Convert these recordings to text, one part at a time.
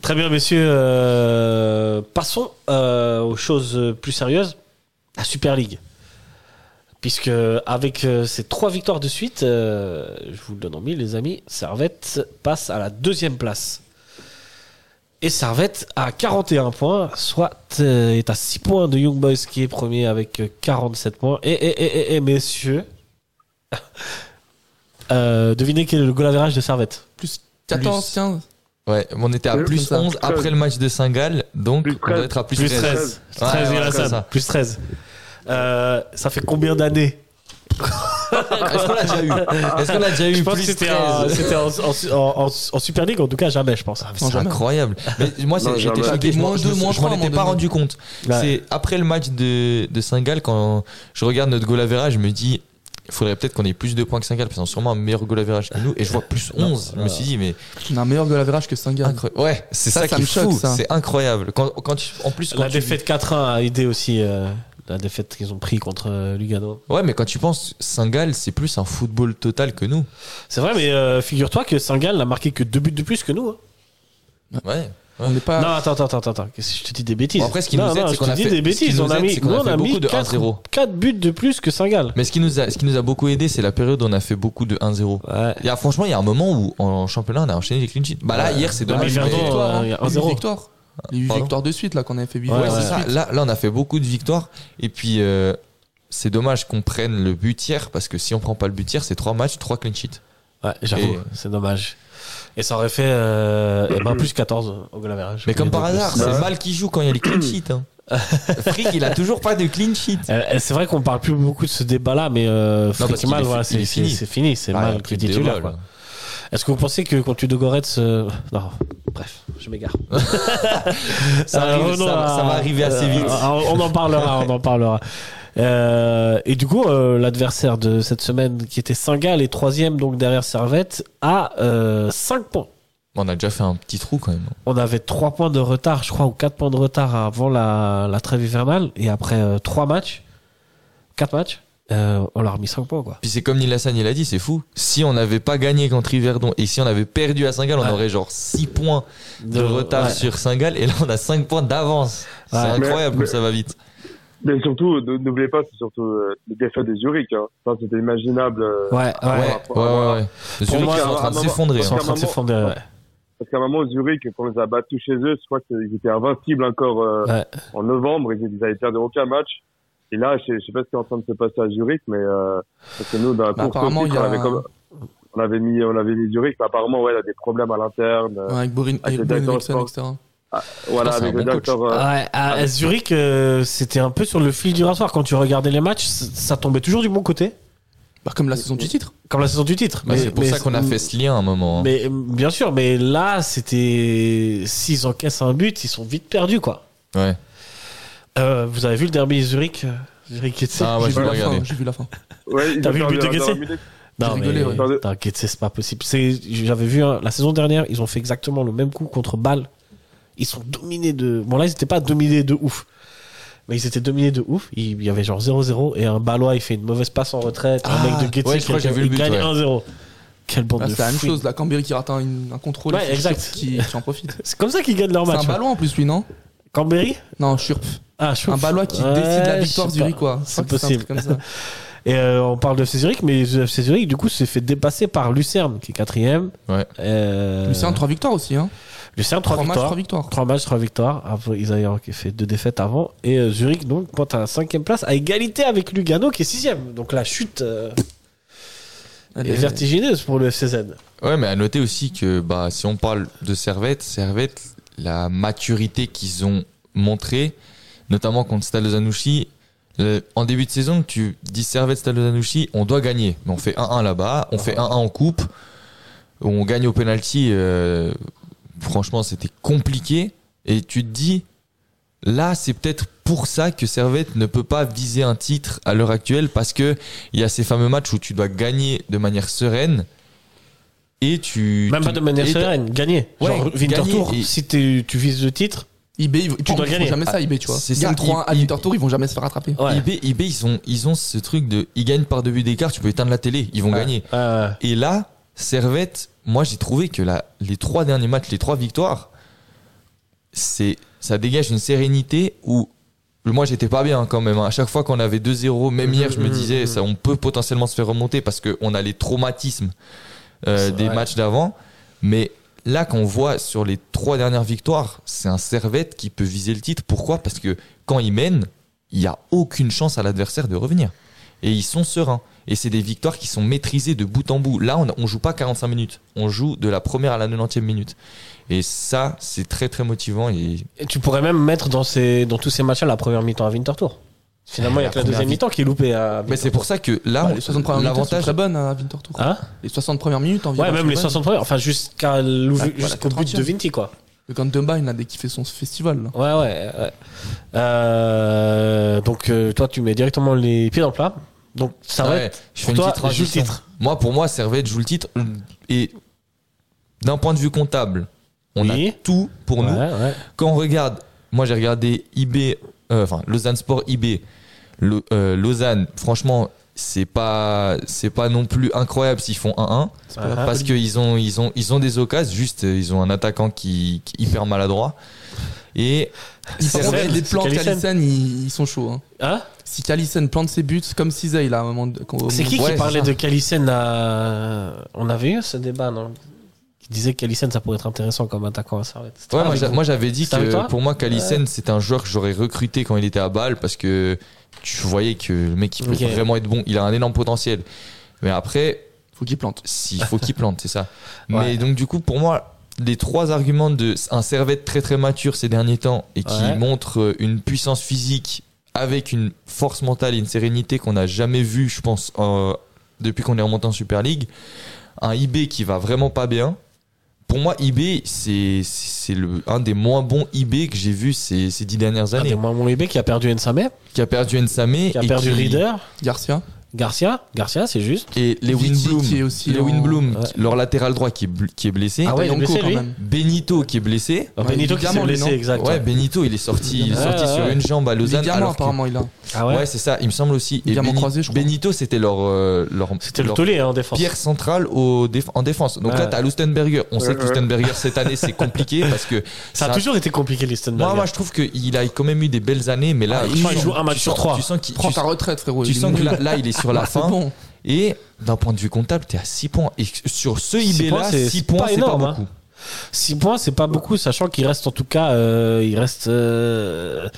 Très bien, messieurs. euh, passons euh, aux choses plus sérieuses. La Super League. Puisque avec euh, ces trois victoires de suite, euh, je vous le donne en mille, les amis, Servette passe à la deuxième place. Et Servette à 41 points, soit euh, est à 6 points de Young Boys qui est premier avec euh, 47 points. Et, et, et, et, et, messieurs, euh, devinez quel est le goal average de Servette Plus 14, 15. Ouais, on était à Plus plus ça. 11 après le match de Saint-Gall, donc Plus on doit 13. être à plus, Plus 13. 13. Ouais, 13, ouais, il a comme ça. ça. Plus 13. Euh, ça fait combien d'années Est-ce qu'on l'a déjà eu Est-ce qu'on l'a déjà eu Je pense que plus c'était 13 en, c'était en, en- en- en Super League, en tout cas, jamais, je pense. Ah, mais C'est incroyable. Mais moi, c'est- Non, j'étais jamais. choqué. Je m'en- Moins je me deux, suis- moins je m'en trois, à un étais pas moment rendu compte. Ouais. C'est après le match de, de Saint-Gall, quand je regarde notre goal average, je me dis, il faudrait peut-être qu'on ait plus de points que Saint-Gall, parce qu'ils ont sûrement un meilleur goal average que nous. Et je vois plus 11. je me suis dit, mais On a un meilleur goal average que Saint-Gall. incroyable. Ouais, c'est ça, Ça, ça qui est me choque, fou. ça. C'est incroyable. Quand, quand tu- en plus, quand La tu- défaite 4-1 a aidé aussi euh, la défaite qu'ils ont pris contre euh, Lugano. Ouais, mais quand tu penses, Saint-Gall, c'est plus un football total que nous. C'est vrai, mais euh, figure-toi que Saint-Gall n'a marqué que deux buts de plus que nous. hein. Ouais. On n'est pas. Non, attends, attends, attends, attends. Qu'est-ce que Je te dis des bêtises. Ah. Bon, après, ce qui Non, nous aide, non, c'est je qu'on te a dis fait- des ce qui bêtises. nous On a aide, mis, c'est qu'on nous, a on fait a beaucoup mis de 4, 1-0. buts de plus que Saint-Gall. Mais ce qui nous a, ce qui nous a beaucoup aidé, c'est la période où on a fait beaucoup de 1-0. Ouais. Il y a, franchement, il y a un moment où en championnat, on a enchaîné les clean sheets. Bah là, hier, c'est Ah, mais dommage. Verdon, mais- euh, victoires, hein. il y a Les huit 1-0. victoires. Les 8 Pardon victoires de suite, là, qu'on avait fait 8 Ouais, Ouais, ouais. c'est ça. Là, là, on a fait beaucoup de victoires. Et puis, euh, c'est dommage qu'on prenne le but hier, parce que si on prend pas le but hier, c'est trois matchs, trois clean sheets. Ouais, j'avoue, Et- c'est dommage. Et ça aurait fait euh, eh ben, plus 14 au goal average. Mais comme par De plus. hasard, c'est mal qui joue quand il y a les clean sheets. Hein. Frick, il a toujours pas de clean sheet. Euh, C'est vrai qu'on parle plus beaucoup de ce débat-là, mais euh, Frick parce qu'il Mal, est fi- voilà, il c'est est c'est- fini. c'est fini, c'est Ah, mal il qui est est titulaire. débile, quoi. là. Est-ce que vous pensez que quand tu de Goretz, euh, non, bref, je m'égare. Ça Euh, arrive, revenons ça- à- Ah, ça va arriver assez euh, vite. on on en parlera, on en parlera. Euh, et du coup, euh, l'adversaire de cette semaine, qui était Saint-Gall et troisième donc derrière Servette, a 5 points. Bon, On a déjà fait un petit trou quand même. On avait 3 points de retard, je crois, ou 4 points de retard avant la, la trêve hivernale. Et après 3 matchs, 4 matchs, euh, on leur a remis 5 points, quoi. Puis c'est comme Nilassan, il a dit, c'est fou. Si on n'avait pas gagné contre Yverdon et si on avait perdu à Saint-Gall, on Ouais. aurait genre 6 points de retard ouais. sur Saint-Gall et là on a 5 points d'avance. C'est Ouais. incroyable Mais- comme ça va vite. Mais surtout, n- n'oubliez pas, c'est surtout euh, le défaut de Zurich. Hein. Enfin, c'était imaginable. euh, Ouais, ouais. Ouais, ouais, ouais. ouais. Zurich moi, ils sont en à un train de moment- s'effondrer. Ils sont en hein. train de s'effondrer, ouais. Parce qu'à un moment, Zurich, quand on les a battus chez eux, je crois qu'ils étaient invincibles encore euh, Ouais. en novembre. Ils, ils avaient perdu aucun match. Et là, je sais, je sais pas ce qui est en train de se passer à Zurich, mais euh, parce que nous, dans la Bah, course au apparemment, titre, il y a on avait un- comme- on avait mis, on avait mis Zurich. Mais apparemment, ouais, il y a des problèmes à l'interne. euh, Ouais, avec Borin, Ah, avec c'est Borin d'accord, Eriksson, je etc. Putain, Voilà, c'est avec un bon le coach. docteur. euh, Ouais, à, à Zurich, euh, c'était un peu sur le fil du rasoir. Quand tu regardais les matchs, c- ça tombait toujours du bon côté, Bah, comme la saison du titre. comme la saison du titre. Bah, c'est pour ça qu'on a fait ce lien à un moment. hein. Mais euh, bien sûr, mais là, c'était. S'ils encaissent un but, ils sont vite perdus, quoi. Ouais. Euh, vous avez vu le derby Zurich euh, Zurich et Ah, ouais, j'ai je vu vais la fin. regarder. J'ai vu la fin. ouais, ils T'as ont vu le but perdu de dans- dans Guessé la minute. Non, J'ai mais rigolé, ouais. t'inquiète, c'est c'est pas possible. C'est- J'avais vu hein, la saison dernière, ils ont fait exactement le même coup contre Bâle. Ils sont dominés de. Bon, là, ils étaient pas dominés de ouf. Mais ils étaient dominés de ouf. Il y avait genre 0-0 et un Balois, il fait une mauvaise passe en retraite. Ah, un mec de Guetté ouais, je crois que j'ai vu le il but, gagne ouais. 1-0. Quelle bande Ah, de c'est la même freaks. chose, la Cambéry qui rate un, un contrôle. Ouais, et c'est exact. bah, Schurp Qui, qui en profite. C'est comme ça qu'ils gagnent leur C'est match. un ouais. ballon en plus, lui, non Cambéry Non, Schurp. Ah, je Un trouve- Ballois qui Ouais, décide la je victoire sais Zurich, pas. quoi. Je C'est crois que un possible. truc comme ça. Et euh, on parle de FC Zurich, mais le FC Zurich, du coup, s'est fait dépasser par Lucerne, qui est quatrième. Ouais. Euh, Lucien, 3 victoires aussi, hein. Lucerne, 3 trois matchs, victoires. 3 victoires. Trois matchs, trois victoires. Après, ils avaient en- fait deux défaites avant. Et euh, Zurich, donc, pointe à la cinquième place, à égalité avec Lugano, qui est sixième. Donc la chute euh, Elle est est- vertigineuse pour le FCZ. Ouais, mais à noter aussi que bah, si on parle de Servette, Servette, la maturité qu'ils ont montrée, notamment contre Stade Lozanouchi, le- en début de saison, tu dis Servette, Stade Lozanouchi, on doit gagner. Mais on fait 1-1 là-bas, on fait 1-1 en coupe, on gagne au penalty. euh, franchement, c'était compliqué. Et tu te dis, là, c'est peut-être pour ça que Servette ne peut pas viser un titre à l'heure actuelle, parce que il y a ces fameux matchs où tu dois gagner de manière sereine. Et tu. Même tu- pas de manière et t'as- sereine, gagner. Ouais, Genre, Winter gagner Tour, et- si t'es- tu vises le titre. IB, ils, dois ils gagner. font jamais ça, IB, tu vois. c'est Ils gagnent ça, 3 à ils- Winterthur, ils vont jamais se faire rattraper. Ouais. IB, IB, ils, ont, ils ont ce truc de. Ils gagnent par deux buts d'écart, tu peux éteindre la télé, ils vont gagner. Euh, Et là, Servette, moi j'ai trouvé que la, les trois derniers matchs, les trois victoires, c'est ça dégage une sérénité où moi j'étais pas bien quand même. hein. À chaque fois qu'on avait 2-0, même hier, je me Mhm, disais mhm. ça, on peut potentiellement se faire remonter parce qu'on a les traumatismes euh, C'est des vrai. matchs d'avant. Mais là, qu'on voit sur les trois dernières victoires, c'est un Servette qui peut viser le titre. Pourquoi Parce que quand ils mènent, il n'y a aucune chance à l'adversaire de revenir. Et ils sont sereins. Et c'est des victoires qui sont maîtrisées de bout en bout. Là, on on joue pas 45 minutes. On joue de la première à la 90e minute. Et ça, c'est très très motivant. Et Et tu pourrais même mettre dans, ces, dans tous ces matchs-là la première mi-temps à Winterthur. Finalement, il y a La que la première deuxième mi- mi-temps qui est loupée à Mais c'est pour ça que là, Bah, on- les 60 premières minutes sont l'avantage, très bonnes à Victor Tour. Hein Les 60 premières minutes hein, environ. Ouais, même c'est les bonne. 60 premières. Enfin, jusqu'à l'ouv- Ah, voilà, jusqu'au but 80e. de Vinti, quoi. Le Gantemba, il a dès qu'il fait son festival. là. Ouais, ouais. ouais. Euh, donc, euh, toi, tu mets directement les pieds dans le plat. Donc, ça va Ouais, être. je pour fais une toi, petite joue le transition. titre. Moi, pour moi, Servette joue le titre. Et d'un point de vue comptable, on Oui. a tout pour nous. Ouais, ouais. Quand on regarde, moi j'ai regardé IB, euh, enfin Lausanne Sport IB, Le- euh, Lausanne. Franchement, c'est pas, c'est pas non plus incroyable s'ils font 1-1 pas Ah, la ah. parce qu'ils ont, ils ont, ils ont des occasions. Juste, euh, ils ont un attaquant qui, qui est hyper maladroit. Et sont Servette, belles, les c'est plans de Callison. Callison, ils, ils sont chauds. hein. Hein Si Callison plante ses buts, comme Cizay là, à un moment. de- quand- au C'est qui moment- Ouais, qui c'est parlait ça. de Kalisen à... On avait eu ce débat, non Qui disait que Kalisen, ça pourrait être intéressant comme attaquant à Servette. C'était Ouais, pas moi, avec j'a- vous. moi, j'avais dit C'est avec toi que pour moi, Kalisen, c'est un joueur que j'aurais recruté quand il était à Bâle parce que tu voyais que le mec, il peut Ok. vraiment être bon. Il a un énorme potentiel. Mais après, Faut qu'il plante. s'il faut qu'il plante, c'est ça. Ouais. Mais donc, du coup, pour moi, les trois arguments de un Servette très très mature ces derniers temps et qui Ouais. montre euh, une puissance physique avec une force mentale et une sérénité qu'on n'a jamais vue, je pense, euh, depuis qu'on est remonté en Super League. Un IB qui va vraiment pas bien. Pour moi, IB, c'est c'est le un des moins bons IB que j'ai vu ces, ces dix dernières Un années. des moins bons bébés qui a perdu Nsamé, Qui a perdu Nsamé. Ah, qui a et perdu Reader, Garcia. Garcia, Garcia, c'est juste. Et les Vitti, qui est Winbloom. aussi Les en- Winbloom, Ouais. leur latéral droit qui est, bl- qui est blessé. Ah ouais, il est Tayanko, blessé, lui Benito qui est blessé. Ah, Ouais, Benito qui s'est évidemment, blessé, non. exact. Ouais, Ben- Benito, il est sorti, il est Ouais, sorti ouais, sur ouais. une jambe à Lausanne. Ligament, alors que- apparemment, il a. Ah ouais, ouais, c'est ça, il me semble aussi. Et Ligament Beni- croisé, je crois. Benito, c'était leur, euh, leur, C'était le leur tollé hein, en défense. pierre centrale au déf- en défense. Donc Ouais. là, t'as Lustenberger. On sait que Ouais, ouais. Lustenberger, cette année, c'est compliqué parce ça que. a c'est un- toujours été compliqué, Listenberg. Moi, moi, je trouve qu'il a quand même eu des belles années, mais là. Ah, il tu joue- il sens- joue un match tu sur sens- trois. Tu sens qu'il- Prends tu- ta retraite, frérot. tu il est sens que nul. là, là, il est sur la Ah, C'est fin. bon. Et d'un point de vue comptable, t'es à 6 points. Et sur ce Six IB points, là, c'est- 6 c'est points, pas c'est pas énorme, hein. beaucoup. 6 points, c'est pas beaucoup, sachant qu'il reste en tout cas, euh, il reste euh,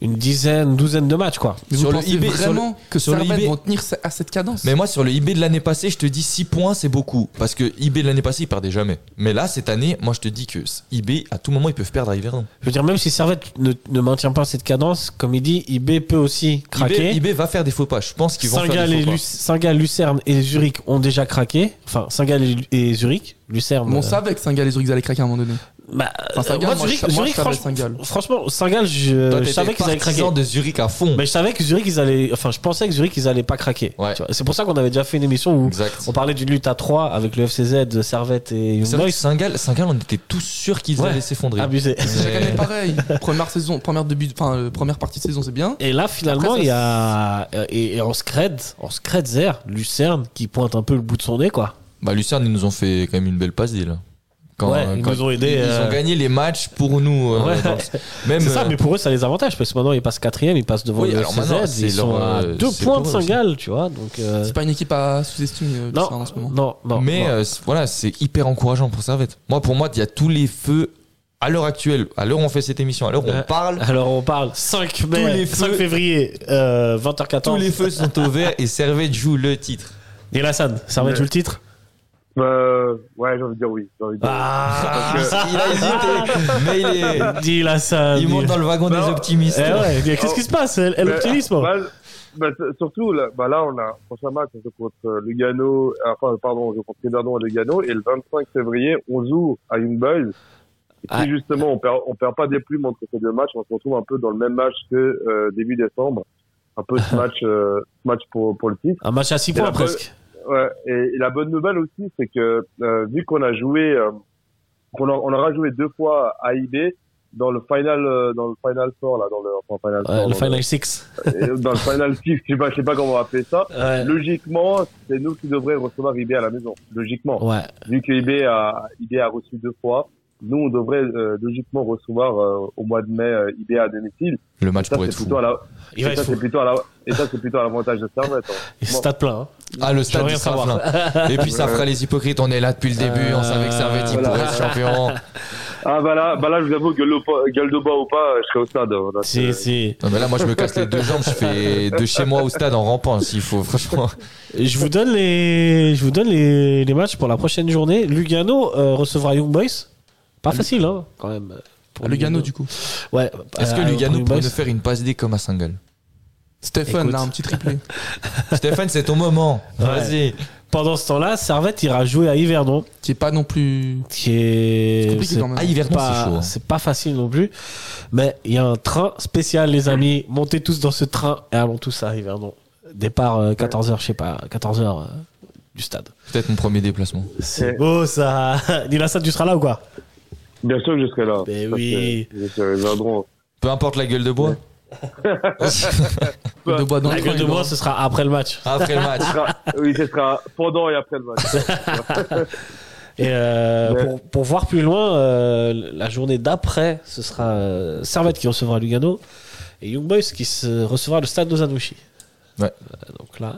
une dizaine, douzaine de matchs, quoi. Mais vous Sur le pensez IB, sur le- vraiment que sur le Servette IB vont tenir ce- à cette cadence Mais moi, sur le IB de l'année passée, je te dis 6 points, c'est beaucoup. Parce que IB de l'année passée, ils perdaient jamais. Mais là, cette année, moi, je te dis que c- IB, à tout moment, ils peuvent perdre à Yverdon. Je veux dire, même si Servette ne, ne maintient pas cette cadence, comme il dit, IB peut aussi craquer. IB, IB va faire des faux pas. Je pense qu'ils vont Saint-Gall et faire des faux Lu- pas. Saint-Gall, Lucerne et Zurich ont déjà craqué. Enfin, Saint-Gall et, Lu- et Zurich. Lucerne. Bon, on euh, savait que Saint-Gall et Zurich allaient craquer à un moment donné. bah, Enfin, Saint-Gall, euh, moi, Zurich, je- moi, je Zurich, savais franchement- Saint-Gall. Franchement, Saint-Gall, euh, je, Toi, je t'étais savais qu'ils Bah, allaient craquer. partisan de Zurich à fond. Mais je savais que Zurich, ils allaient. Enfin, je pensais que Zurich, ils allaient pas craquer. Ouais. Tu vois, C'est pour ça qu'on avait déjà fait une émission où Exact. on parlait d'une lutte à 3 avec le FCZ, Servette et Young C'est vrai Boys. que Saint-Gall, Saint-Gall, on était tous sûrs qu'ils Ouais. Ah, allaient s'effondrer. Abusé. Mais- Chaque année, pareil. Première saison, première début, enfin, euh, première partie de saison, c'est bien. Et là, finalement, Après, ça- il y a. euh, Et, et en scred, en scred zère, Lucerne qui pointe un peu le bout de son nez, quoi. Bah, Lucerne, ils nous ont fait quand même une belle passe deal. Quand, Ouais, ils nous ont aidés, Ils, euh, ont gagné les matchs pour nous. euh, Ouais. dans le- Même, C'est ça, euh, mais pour eux, ça les avantage parce que maintenant ils passent quatrième, ils passent devant Oui, le alors maintenant, FCZ, ils c'est leur, sont à euh, deux c'est points pour de eux aussi. Saint-Gall, tu vois. Donc euh, C'est pas une équipe à sous-estimer euh, non, Lucerne, en ce moment. non, non, mais non. euh, c'est- voilà, c'est hyper encourageant pour Servette. Moi, pour moi, il y a tous les feux à l'heure actuelle, à l'heure où on fait cette émission, à l'heure où on Ouais. parle. alors on parle 5 mai, les 5 feux- février, euh, 20h14. Tous les feux sont au vert et Servette joue le titre. Et la San, ça va Ouais. être le titre Bah, ouais, j'ai envie de dire oui. J'ai envie de dire Ah, Il a ah, hésité, mais il, est, Dis la San. il dis- monte dans le wagon Non. des optimistes. Ah, Eh ouais, mais qu'est-ce qui se passe Elle Oh. hein. Mais, l'optimisme bah, bah, t- surtout, là, bah, là, on a un prochain match on joue contre euh, Lugano, euh, enfin, pardon, on joue contre Trinidadon à Lugano, et le 25 février, on joue à Young Boys. Et Ah. si justement, on perd, on perd pas des plumes entre ces deux matchs, on se retrouve un peu dans le même match que euh, début décembre. Un peu ce match, euh, ce match pour, pour le titre. Un match à 6 Mais points après- presque. Ouais, et, et la bonne nouvelle aussi, c'est que euh, vu qu'on a joué, euh, qu'on a- on aura joué deux fois à IB dans le final, euh, dans le final four là, dans le enfin, final Ouais, four, le dans le- Final 6. et dans le final six, je sais pas, je sais pas comment on va appeler ça. Ouais. Logiquement, c'est nous qui devrions recevoir IB à la maison. Logiquement, Ouais. vu que IB a, IB a reçu deux fois nous, on devrait euh, logiquement recevoir euh, au mois de mai euh, IBA à domicile. Le match Ça, pourrait c'est être fou. plutôt, à la... Il va et ça, être fou. c'est plutôt à la... et ça, c'est plutôt à l'avantage de Servette. hein. Et Bon, stade plein. hein. Ah, le Je stade veux il rien sera savoir. plein. Et puis ça Ouais. fera les hypocrites. On est là depuis le début. On savait que Servette, il Voilà. pourrait Euh. être champion. Ah, bah là, bah là, je vous avoue, gueule, au pas- gueule de bois ou pas, je serai au stade. hein. Là, Si, c'est- si. Non, mais là, moi, je me casse les deux jambes. Je fais de chez moi au stade en rampant s'il faut. Franchement, Je vous donne les, je vous donne les, les matchs pour la prochaine journée. Lugano euh, recevra Young Boys. Pas facile, hein, quand même. Pour Ah, Lugano, du coup. Ouais. est-ce que euh, pour Lugano Young pourrait Boys. nous faire une passe D comme à Single Stephen, Écoute. là, un petit triplé. Stéphane, c'est ton moment. Ouais. Vas-y. Pendant ce temps-là, Servette ira jouer à Yverdon, qui est pas non plus. qui est. C'est compliqué c'est quand même. Ah, Yverdon, c'est pas, chaud. hein. c'est pas facile non plus. Mais il y a un train spécial, les amis. Montez tous dans ce train et allons tous à Yverdon. Départ 14h, je sais pas, 14h du stade. Peut-être mon premier déplacement. C'est Ouais. beau ça. Nila Sad, tu seras là ou quoi Bien sûr que je serai là. Mais Parce que Ben oui. je serai viendront. Peu importe la gueule de bois. De bois dans La le gueule de coin, il bois, aura- ce sera après le match. Après le match. Ce sera- Ah, oui, ce sera pendant et après le match. Et euh, Ouais. pour, pour voir plus loin, euh, la journée d'après, ce sera euh, Servette qui recevra Lugano et Young Boys qui se recevra le stade Nozanouchi. Ouais. Euh, donc là,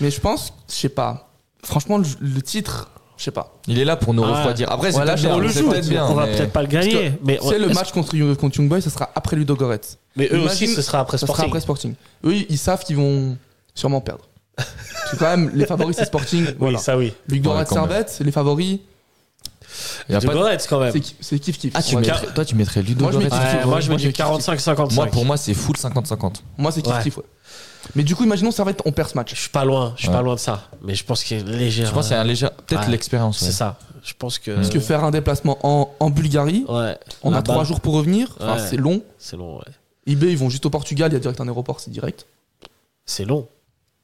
Mais je pense, je sais pas. Franchement, le, le titre, je sais pas. Il est là pour nous Ah. refroidir. Après, c'est Voilà, peut-être je- bien. on le c'est joue. peut-être bien, on va mais- peut-être pas le gagner, mais, on- C'est le est-ce- match contre, Yo- contre Young Boy, ça sera après Ludo Goretz. mais eux aussi, Imagine- ce sera après Ça sera Sporting. après Sporting. Eux, ils savent qu'ils vont sûrement perdre. Parce que quand même, les favoris, c'est Sporting. Voilà. Oui, ça oui. Luc Ouais, Goretz, quand même. Servette, les favoris, y a De pas de- Goretz, quand même. c'est ki- c'est kiff-kiff. Ah, tu On va dire. mettrais- toi, tu mettrais Ludo Moi, je mets Goretzka. Ouais, kiff-kiff, moi, ouais. je mets Moi, du je kiff-kiff. 45-55. Moi, pour moi, c'est full 50-50. Moi, c'est Ouais. kiff-kiff, ouais. Mais du coup, imaginons Servette, on perd ce match. je suis pas loin, je suis Ouais. pas loin de ça. Mais je pense qu'il y a une légère. Je pense que c'est un léger. Peut-être Ouais. l'expérience. c'est ouais. ça. Je pense que. Parce que faire un déplacement en, en Bulgarie, Ouais. on a Là-bas, trois jours pour revenir, Enfin, Ouais. c'est long. C'est long, ouais. IB, ils vont juste au Portugal, il y a direct un aéroport, c'est direct. C'est long.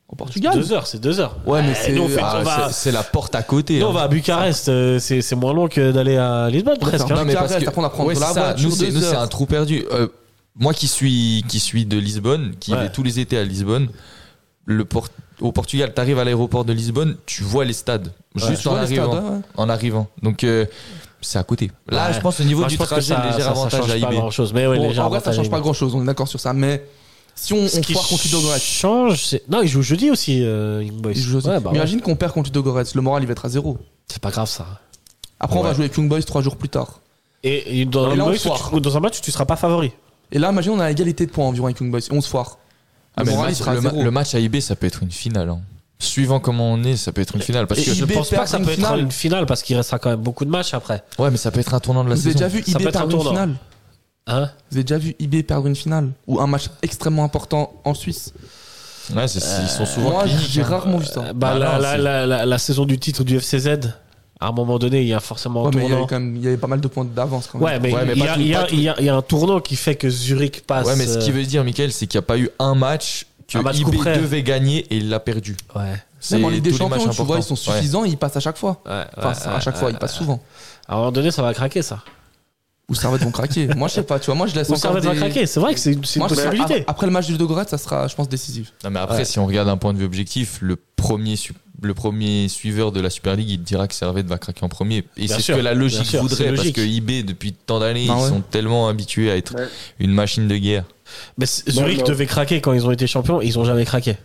Au Portugal Deux heures, c'est deux heures. Ouais, mais Eh, c'est. nous, on fait- Ah, Ah, On va- c'est- C'est la porte à côté. Nous, on hein. va à Bucarest, euh, c'est c'est moins long que d'aller à Lisbonne presque. faire hein. Non, mais parce Bucarest, que- après, on apprend ouais, de c'est la ça. voiture, Nous, c'est deux nous, c'est heures. un trou perdu. Euh, moi qui suis, qui suis de Lisbonne, qui Ouais. vais tous les étés à Lisbonne, le port- au Portugal, t'arrives à l'aéroport de Lisbonne, tu vois les hein. stades. Juste tu en vois les hein. stades, arrivant. ouais. en arrivant. Donc, euh, c'est à côté. Là, Ouais. je pense au niveau Moi, du je pense que trajet, ça- léger ça- ça avantage change à pas IB. grand chose. Mais ouais, Bon, léger en vrai, ça avantage à change IB. pas grand chose, on est d'accord sur ça. Mais si on, Ce on qui foire contre Ludo Goretz, change, c'est- non, ils jouent jeudi aussi, euh, Young Boys. ils jouent aussi. Ouais, bah Mais ouais. imagine qu'on perd contre Ludo Goretz, le moral il va être à zéro. C'est pas grave ça. Après, on va Ouais. jouer avec Young Boys trois jours plus tard. Et, et dans, Et Young là, on Boys, se foire. tu- dans un match, tu seras pas favori. Et là, imagine, on a égalité de points environ avec Young Boys, et on se foire. Ah, mais le, moral, il match, sera à le ma- zéro. le match à IB, ça peut être une finale. hein. Suivant comment on est, ça peut être une finale. Parce Et que, je IB pense pas perd que ça une peut être finale. une finale parce qu'il restera quand même beaucoup de matchs après. ouais, mais ça peut être un tournant de la Vous avez saison. déjà vu Ça peut IB être un perdre une tournant. finale Hein Vous avez déjà vu IB perdre une finale Ou un match extrêmement important en Suisse Ouais, c'est- ils sont souvent Euh, Moi, cliniques, j'ai hein. rarement vu ça. Euh, bah, Ah la, non, la- c'est- la- la- la saison du titre du FCZ, à un moment donné, il y a forcément un Ouais, mais il y, tournant. avait quand même, il y avait pas mal de points d'avance quand même. Ouais, mais Ouais, mais il y pas a- tout- il y a- pas tout. il y a il y a un tournant qui fait que Zurich passe. Ouais, mais ce qui euh, veut dire, Michael, c'est qu'il n'y a pas eu un match que Un match IB couperé. devait gagner et il l'a perdu. Ouais. C'est Même en Ligue des tous les matchs Champions, tu vois, ils importants. sont suffisants et ils passent à chaque fois. Ouais, Enfin, ouais, ça, à ouais, chaque ouais, fois, ils ouais. passent souvent. À un moment donné, ça va craquer, ça. Ou Servette vont craquer. Moi, je sais pas, tu vois, moi, je laisse Ou encore ça va des- craquer. C'est vrai que c'est une, c'est une Moi, je- ah, possibilité. av- Après le match du Ludogorets, ça sera, je pense, décisif. Non, mais après, Ouais. si on regarde un point de vue objectif, le premier, su- le premier suiveur de la Super League, il te dira que Servette va craquer en premier. Et Bien c'est ce sûr, que la bien logique sûr, c'est voudrait, parce logique. que IB, depuis tant d'années, Ah ils ouais. sont tellement habitués à être Ouais. une machine de guerre. ah. Mais c- Zurich non. devait craquer quand ils ont été champions et ils ont jamais craqué.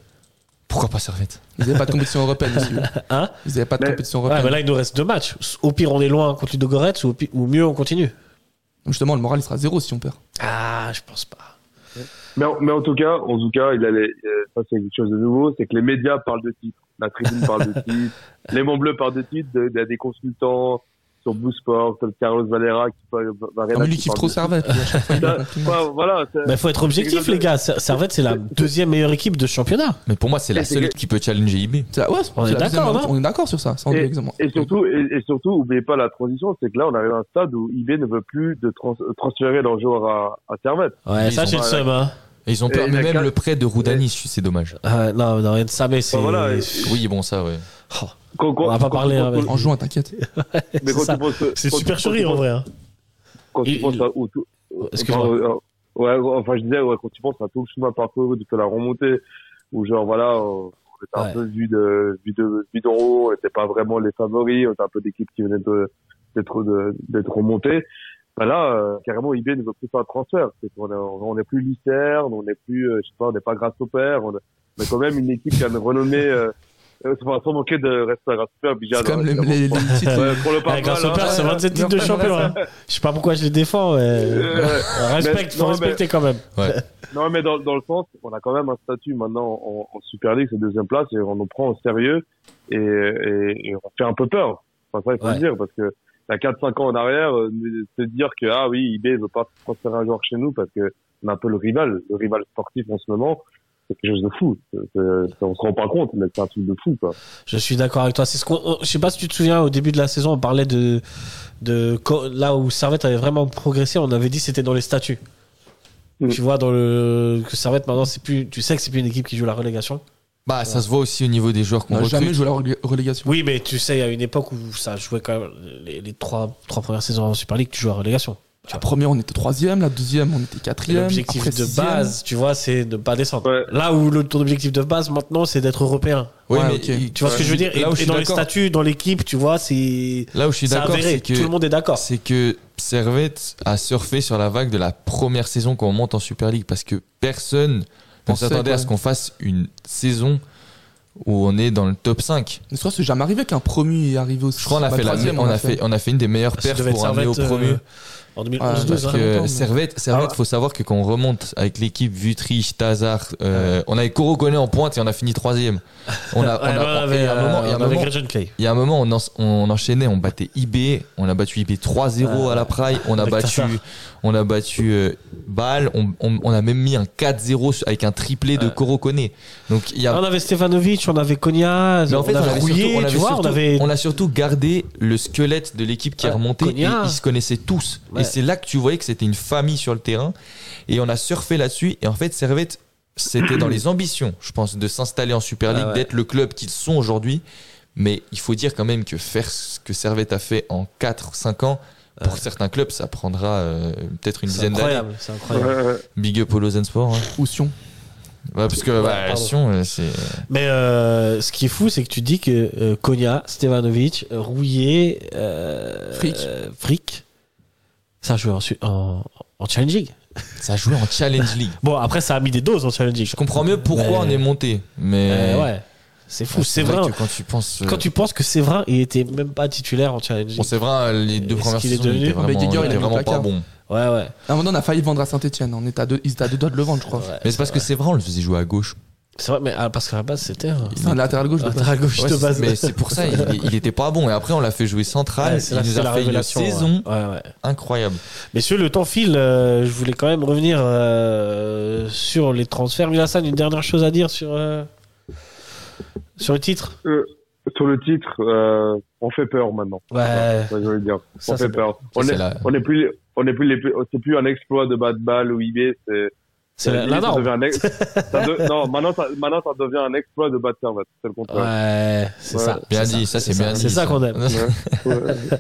Pourquoi pas Servette Ils n'avaient pas de compétition européenne aussi. eux. Hein Ils n'avaient pas de Mais- compétition Ouais, européenne. mais là, il nous reste deux matchs. Au pire, on est loin contre Ludogorets ou, au pi- ou mieux, on continue. Justement, le moral, il sera zéro si on perd. Ah, je pense pas. Mais en, mais en tout cas, en tout cas, il allait, euh, ça c'est quelque chose de nouveau, c'est que les médias parlent de titres, la tribune parle de titres, les Mont Bleus parlent de titres, de- il y a des consultants sur Boosport, comme Carlos Valera qui parle, Varela Non, mais lui qui kiffe parle trop de Bah, Servette. lui, à chaque fois, il titres. le Bah, complimente. Enfin, voilà, c'est- Mais faut être objectif, Exactement. les gars. Ser- Servette, c'est la deuxième meilleure équipe de ce championnat. Mais pour moi, c'est la Mais c'est seule que- qui peut challenger IB. C'est la- ouais, c'est On est la deuxième- d'accord, hein on est d'accord sur ça. ça, on est exactement- et surtout, et, et surtout, oubliez pas la transition, c'est que là, on arrive à un stade où IB ne veut plus de trans- transférer leur joueur à, à Servette. Ouais, Ils ça, ont- j'ai le ouais, seum, hein. Et ils ont Et perdu la même carte- le prêt de Roudani, c'est dommage. Ah, non, non, rien de ça, mais c'est. Enfin, Bah, voilà, et- Oui, bon, ça, ouais. Oh, Quand- quand- On va pas quand- parler, quand- hein, mais- En juin, t'inquiète. mais c'est quand ça. tu penses- C'est quand- super quand chéri, tu en penses- vrai. hein. quand tu Il- penses il- à au tout- Oh, Excuse-moi. euh, euh, ouais, ouais, enfin je disais ouais, quand tu penses à tout le chemin parcouru depuis la remontée où genre voilà on on était Ouais. un peu vu de vu de vu d'en haut on était pas vraiment les favoris on était un peu d'équipe qui venait de d'être de- d'être remonté. Bah là, euh, carrément, IB ne veut plus faire de transfert. C'est qu'on a- On n'est plus Lucerne, on n'est plus, euh, je sais pas, on n'est pas grâce au père. On a, on a quand même une équipe qui a une renommée. Euh, euh, c'est pas sans manquer de respect à grâce au père, Bijan. C'est comme hein, les, évidemment. les, les titres. Ouais, pour le hein. Ouais, grâce Parma, au père, là. c'est 27 titres de Ouais. champion. hein. Je sais pas pourquoi je les défends. Euh, Mais... Respect, mais- faut non, respecter quand même. Non, mais dans, dans le sens, on a quand même un statut maintenant en, en Super League, c'est deuxième place, et on nous prend au sérieux, et, et, et on fait un peu peur. Enfin, ça, il faut Ouais. le dire, parce que il y a 4-5 ans en arrière, euh, se dire que, ah oui, IB veut pas transférer un joueur chez nous, parce que on a un peu le rival, le rival sportif en ce moment, c'est quelque chose de fou. C'est- c'est- on se rend pas compte, mais c'est un truc de fou, quoi. Je suis d'accord avec toi. C'est ce qu'on. on- Je sais pas si tu te souviens au début de la saison, on parlait de de co- là où Servette avait vraiment progressé. On avait dit c'était dans les statuts. Mm. Tu vois dans le que Servette maintenant c'est plus. Tu sais que c'est plus une équipe qui joue la relégation. Bah, ça se voit aussi au niveau des joueurs qu'on On n'a jamais recrute. joué la relé- relégation. Oui, mais tu sais, il y a une époque où ça jouait quand même les, les trois trois premières saisons en Super League, tu joues à la relégation. La première, on était troisième. La deuxième, on était Et quatrième. L'objectif après de sixième. base, tu vois, c'est de pas descendre. Ouais. Là où le, ton objectif de base maintenant, c'est d'être européen. Oui, Ouais, mais ok. il- Tu vois ce que je veux dire Et, Là où et je suis dans les d'accord, statuts, dans l'équipe, tu vois, c'est là où je suis c'est d'accord, avéré. c'est que Tout le monde est d'accord. c'est que Servette a surfé sur la vague de la première saison qu'on monte en Super League parce que personne ne Pensait, s'attendait quoi. à ce qu'on fasse une saison où on est dans le top 5. Mais soit c'est jamais arrivé qu'un promu est arrivé aussi. Bah, Je crois qu'on a, Bah, fait, la, on a fait, on a fait une des meilleures Ah, Ça perfs devait être pour un néo Servette promu. euh, en Ouais, 2011-12. parce hein. Parce très longtemps, que mais- Servette, Servette, faut savoir que quand on remonte avec l'équipe Vutrich, Tazar, euh, on avait Corogonet en pointe et on a fini troisième. On a, on Ouais, a- ouais, et il y a un euh, moment- il y a un on avait moment- Gregen Clay. il y a un moment, on, en- on enchaînait, on battait IB, on a battu IB 3-0 Ouais. à la Praille, on a Avec battu, Tatar. on a battu euh, Bâle, on, on- on a même mis un 4-0 sur- avec un triplé de Coroconé. Donc il y a On avait Stefanovic, on avait Konya, mais en on, fait, on avait avait Rouillé, surtout- on tu avait vois, surtout- on avait. on a surtout gardé le squelette de l'équipe qui est Ouais, remontée. Et Cognac. ils se connaissaient tous. Ouais. Et c'est là que tu voyais que c'était une famille sur le terrain. Et on a surfé là-dessus. Et en fait, Servette, c'était dans les ambitions, je pense, de s'installer en Super League, Ah ouais. d'être le club qu'ils sont aujourd'hui. Mais il faut dire quand même que faire ce que Servette a fait en 4-5 ans, pour certains clubs, ça prendra euh, peut-être une C'est dizaine d'années. incroyable, c'est Ouais, incroyable. ouais. Big up au Lausanne Sport. hein. Ou Sion. Ouais, parce que bah, pardon. Sion, euh, c'est. Mais euh, ce qui est fou, c'est que tu dis que euh, Konya, Stefanovic, euh, Rouillé, euh, Frick. euh, Frick, ça joue en, su- en, en challenging. Ça jouait en Challenge League. Bon, après, ça a mis des doses en challenging. Je comprends mieux pourquoi Mais- on est monté. Mais. Euh, ouais, c'est fou. Ouais, c'est vrai. que quand tu penses. euh, Quand tu penses que Séverin, il était même pas titulaire en challenging. Bon, c'est vrai, euh, les deux Est-ce premières qu'il est saisons, il devenu était vraiment, Mais Geiger, il il a était mis au vraiment pas placard. bon. Ouais, ouais. À un moment, donné, on a failli le vendre à Saint-Etienne. On était à deux, ils étaient à deux doigts de le vendre, je crois. ouais. Mais c'est parce que c'est vrai, on le faisait jouer à gauche. C'est vrai, mais ah, parce qu'à la base, c'était un C'est un latéral gauche. de base. latéral gauche Ouais, de c'est- base. mais c'est pour ça, il, il était pas bon. Et après, on l'a fait jouer central. Ouais, c'est il là, nous c'est a la fait une révélation, ouais. saison Ouais, ouais. incroyable. Messieurs, le temps file. euh, je voulais quand même revenir euh, sur les transferts. Milassan, une dernière chose à dire sur, euh, sur le titre euh, Sur le titre, euh, on fait peur maintenant. Ouais. Ça, je veux dire. Ça, on c'est fait bon. peur. Ça, on, c'est est, la- on est plus, les- on est plus, les, c'est plus un exploit de bad ball ou IB, c'est, C'est la, Euh, la ça norme. devient un ex- ça de- Non, maintenant ça, maintenant, ça devient un exploit de battre Servette. C'est le contraire. Ouais, c'est Ouais. ça. Bien c'est dit, ça, c'est bien dit, C'est ça ça. qu'on aime. Ouais. Ouais.